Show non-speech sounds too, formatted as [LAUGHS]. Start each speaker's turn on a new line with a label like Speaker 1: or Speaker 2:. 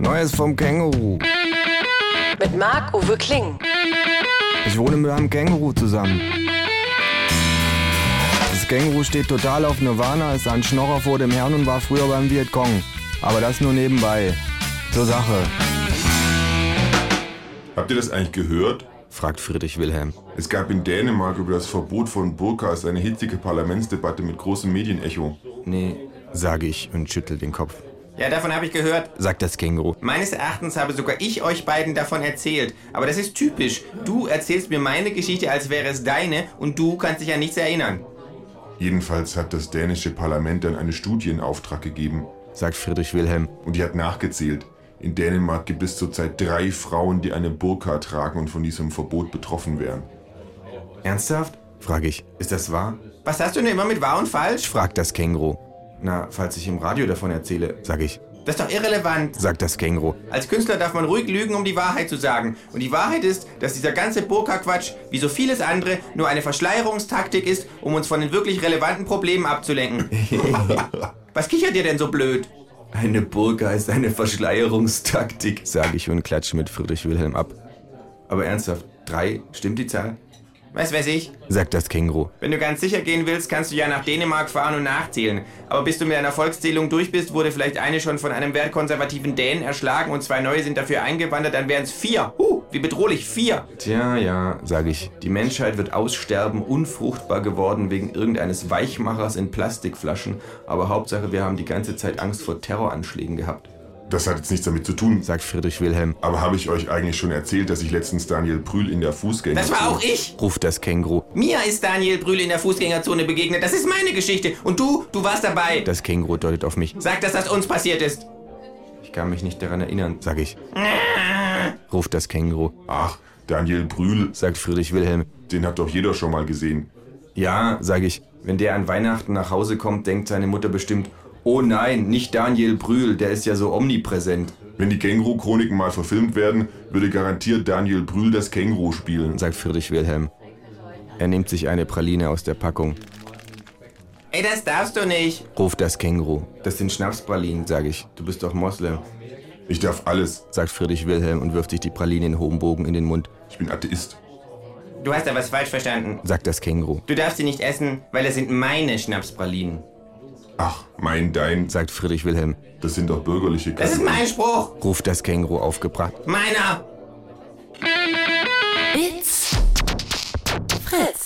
Speaker 1: Neues vom Känguru.
Speaker 2: Mit Marc-Uwe Kling.
Speaker 1: Ich wohne mit einem Känguru zusammen. Das Känguru steht total auf Nirvana, ist ein Schnorrer vor dem Herrn und war früher beim Vietcong. Aber das nur nebenbei. Zur Sache,
Speaker 3: Habt ihr das eigentlich gehört?
Speaker 1: fragt Friedrich Wilhelm.
Speaker 3: Es gab in Dänemark über das Verbot von Burkas eine hitzige Parlamentsdebatte mit großem Medienecho.
Speaker 1: Nee, sage ich und schüttel den Kopf.
Speaker 4: Ja, davon habe ich gehört.
Speaker 1: Sagt das Känguru.
Speaker 4: Meines Erachtens habe sogar ich euch beiden davon erzählt. Aber das ist typisch. Du erzählst mir meine Geschichte, als wäre es deine, und du kannst dich an nichts erinnern.
Speaker 3: Jedenfalls hat das dänische Parlament dann eine Studie in Auftrag gegeben
Speaker 1: Sagt Friedrich Wilhelm.
Speaker 3: und die hat nachgezählt. In Dänemark gibt es zurzeit drei Frauen, die eine Burka tragen und von diesem Verbot betroffen wären.
Speaker 1: Ernsthaft? frage ich. Ist das wahr?
Speaker 4: Was hast du denn immer mit wahr und falsch?
Speaker 1: fragt das Känguru. Na, falls ich im Radio davon erzähle, sage ich.
Speaker 4: Das ist doch irrelevant.
Speaker 1: Sagt das Känguru.
Speaker 4: Als Künstler darf man ruhig lügen, um die Wahrheit zu sagen. Und die Wahrheit ist, dass dieser ganze Burka-Quatsch, wie so vieles andere, nur eine Verschleierungstaktik ist, um uns von den wirklich relevanten Problemen
Speaker 1: [LAUGHS]
Speaker 4: abzulenken. Was kichert ihr denn so blöd?
Speaker 1: Eine Burka ist eine Verschleierungstaktik, sage ich und klatsche mit Friedrich Wilhelm ab. Aber ernsthaft, drei, stimmt die Zahl?
Speaker 4: Was weiß ich?
Speaker 1: Sagt das Känguru.
Speaker 4: Wenn du ganz sicher gehen willst, kannst du ja nach Dänemark fahren und nachzählen. Aber bis du mit einer Volkszählung durch bist, wurde vielleicht eine schon von einem wertkonservativen Dänen erschlagen und zwei neue sind dafür eingewandert, dann wären es vier. Huh, wie bedrohlich, vier.
Speaker 1: Tja, ja, sage ich.
Speaker 4: Die Menschheit wird aussterben, unfruchtbar geworden wegen irgendeines Weichmachers in Plastikflaschen. Aber Hauptsache, wir haben die ganze Zeit Angst vor Terroranschlägen gehabt.
Speaker 3: Das hat jetzt nichts damit zu tun.
Speaker 1: Sagt Friedrich Wilhelm.
Speaker 3: Aber habe ich euch eigentlich schon erzählt, dass ich letztens Daniel Brühl in der Fußgänger...
Speaker 4: Das war auch ich.
Speaker 1: Ruft das Känguru.
Speaker 4: Mir ist Daniel Brühl in der Fußgängerzone begegnet. Das ist meine Geschichte. Und du, du warst dabei.
Speaker 1: Das Känguru deutet auf mich.
Speaker 4: Sag, dass das uns passiert ist.
Speaker 1: Ich kann mich nicht daran erinnern, sage ich. Ruft das Känguru.
Speaker 3: Ach, Daniel Brühl,
Speaker 1: Sagt Friedrich Wilhelm.
Speaker 3: den hat doch jeder schon mal gesehen.
Speaker 1: Ja, sage ich. Wenn der an Weihnachten nach Hause kommt, denkt seine Mutter bestimmt, oh nein, nicht Daniel Brühl, der ist ja so omnipräsent.
Speaker 3: Wenn die Känguru-Chroniken mal verfilmt werden, würde garantiert Daniel Brühl das Känguru spielen.
Speaker 1: Sagt Friedrich Wilhelm. Er nimmt sich eine Praline aus der Packung.
Speaker 4: Ey, das darfst du nicht.
Speaker 1: Ruft das Känguru. Das sind Schnapspralinen, sage ich. Du bist doch Moslem.
Speaker 3: Ich darf alles.
Speaker 1: Sagt Friedrich Wilhelm und wirft sich die Praline in hohem Bogen in den Mund.
Speaker 3: Ich bin Atheist.
Speaker 4: Du hast da was falsch verstanden.
Speaker 1: Sagt das Känguru.
Speaker 4: Du darfst sie nicht essen, weil das sind meine Schnapspralinen.
Speaker 3: Ach, mein, dein,
Speaker 1: Sagt Friedrich Wilhelm.
Speaker 3: das sind doch bürgerliche
Speaker 4: Das
Speaker 3: Kassen.
Speaker 4: ist mein Spruch.
Speaker 1: Ruft das Känguru aufgebracht.
Speaker 4: Meiner.
Speaker 2: It's Fritz.